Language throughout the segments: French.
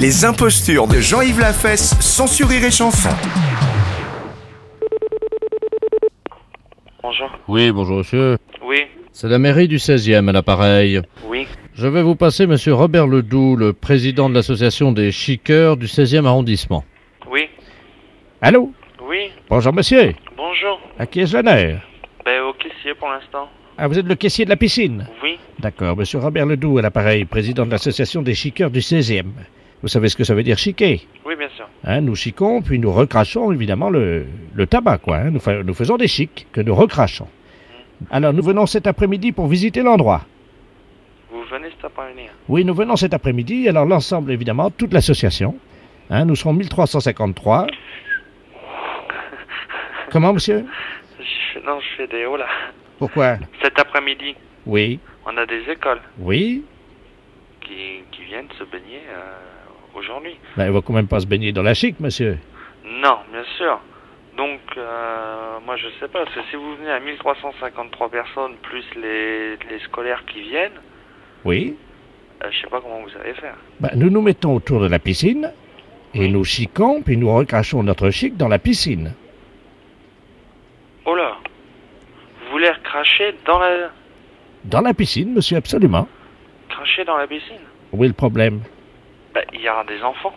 Les impostures de Jean-Yves Lafesse, sans sourire et chanson. Bonjour. Oui, bonjour monsieur. Oui, C'est la mairie du 16e à l'appareil. oui. Je vais vous passer monsieur Robert Ledoux, le président de l'association des chiqueurs du 16e arrondissement. Oui, Allô oui, Bonjour monsieur. bonjour. À qui ai-je l'honneur Ben, au caissier pour l'instant. Ah, vous êtes le caissier de la piscine Oui, D'accord, monsieur Robert Ledoux à l'appareil, président de l'association des chiqueurs du 16e. Vous savez ce que ça veut dire chiquer oui, bien sûr. hein, Nous chiquons, puis nous recrachons évidemment le, le tabac, quoi. hein. Nous, fa- nous faisons des chics que nous recrachons. Alors nous venons cet après-midi pour visiter l'endroit. Vous venez cet après-midi. hein. Oui, nous venons cet après-midi. Alors l'ensemble, évidemment, toute l'association. Hein, nous serons 1353. Comment, monsieur Je fais- Non, je fais des hauts là. Pourquoi Cet après-midi, Oui, on a des écoles oui. qui, qui viennent se baigner euh, aujourd'hui. Ben, il va quand même pas se baigner dans la chic, monsieur. Non, bien sûr. Donc, euh, moi, je sais pas, parce que si vous venez à 1353 personnes plus les, les scolaires qui viennent, Oui. euh, je sais pas comment vous allez faire. Ben, nous nous mettons autour de la piscine et nous chiquons, puis nous recrachons notre chic dans la piscine. Oh là Vous voulez cracher dans la, Dans la piscine, monsieur, absolument. cracher dans la piscine Où est le problème Ben, il y aura des enfants.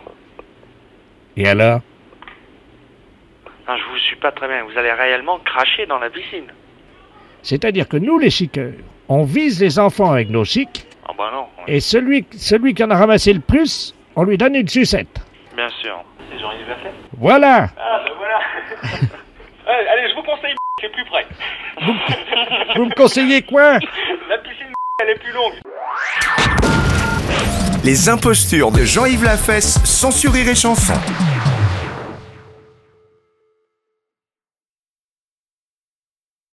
Et alors Non, Hein, je vous suis pas très bien. Vous allez réellement cracher dans la piscine. C'est-à-dire que nous, les chiqueurs, on vise les enfants avec nos chics, Ah bah non. et celui, celui qui en a ramassé le plus, on lui donne une sucette. Bien sûr. C'est Jean-Yves Voilà Ah bah voilà. allez, je vous conseille c'est plus près. Vous me conseillez quoi La piscine elle est plus longue. Les impostures de Jean-Yves Lafesse, sans sourire et chanson.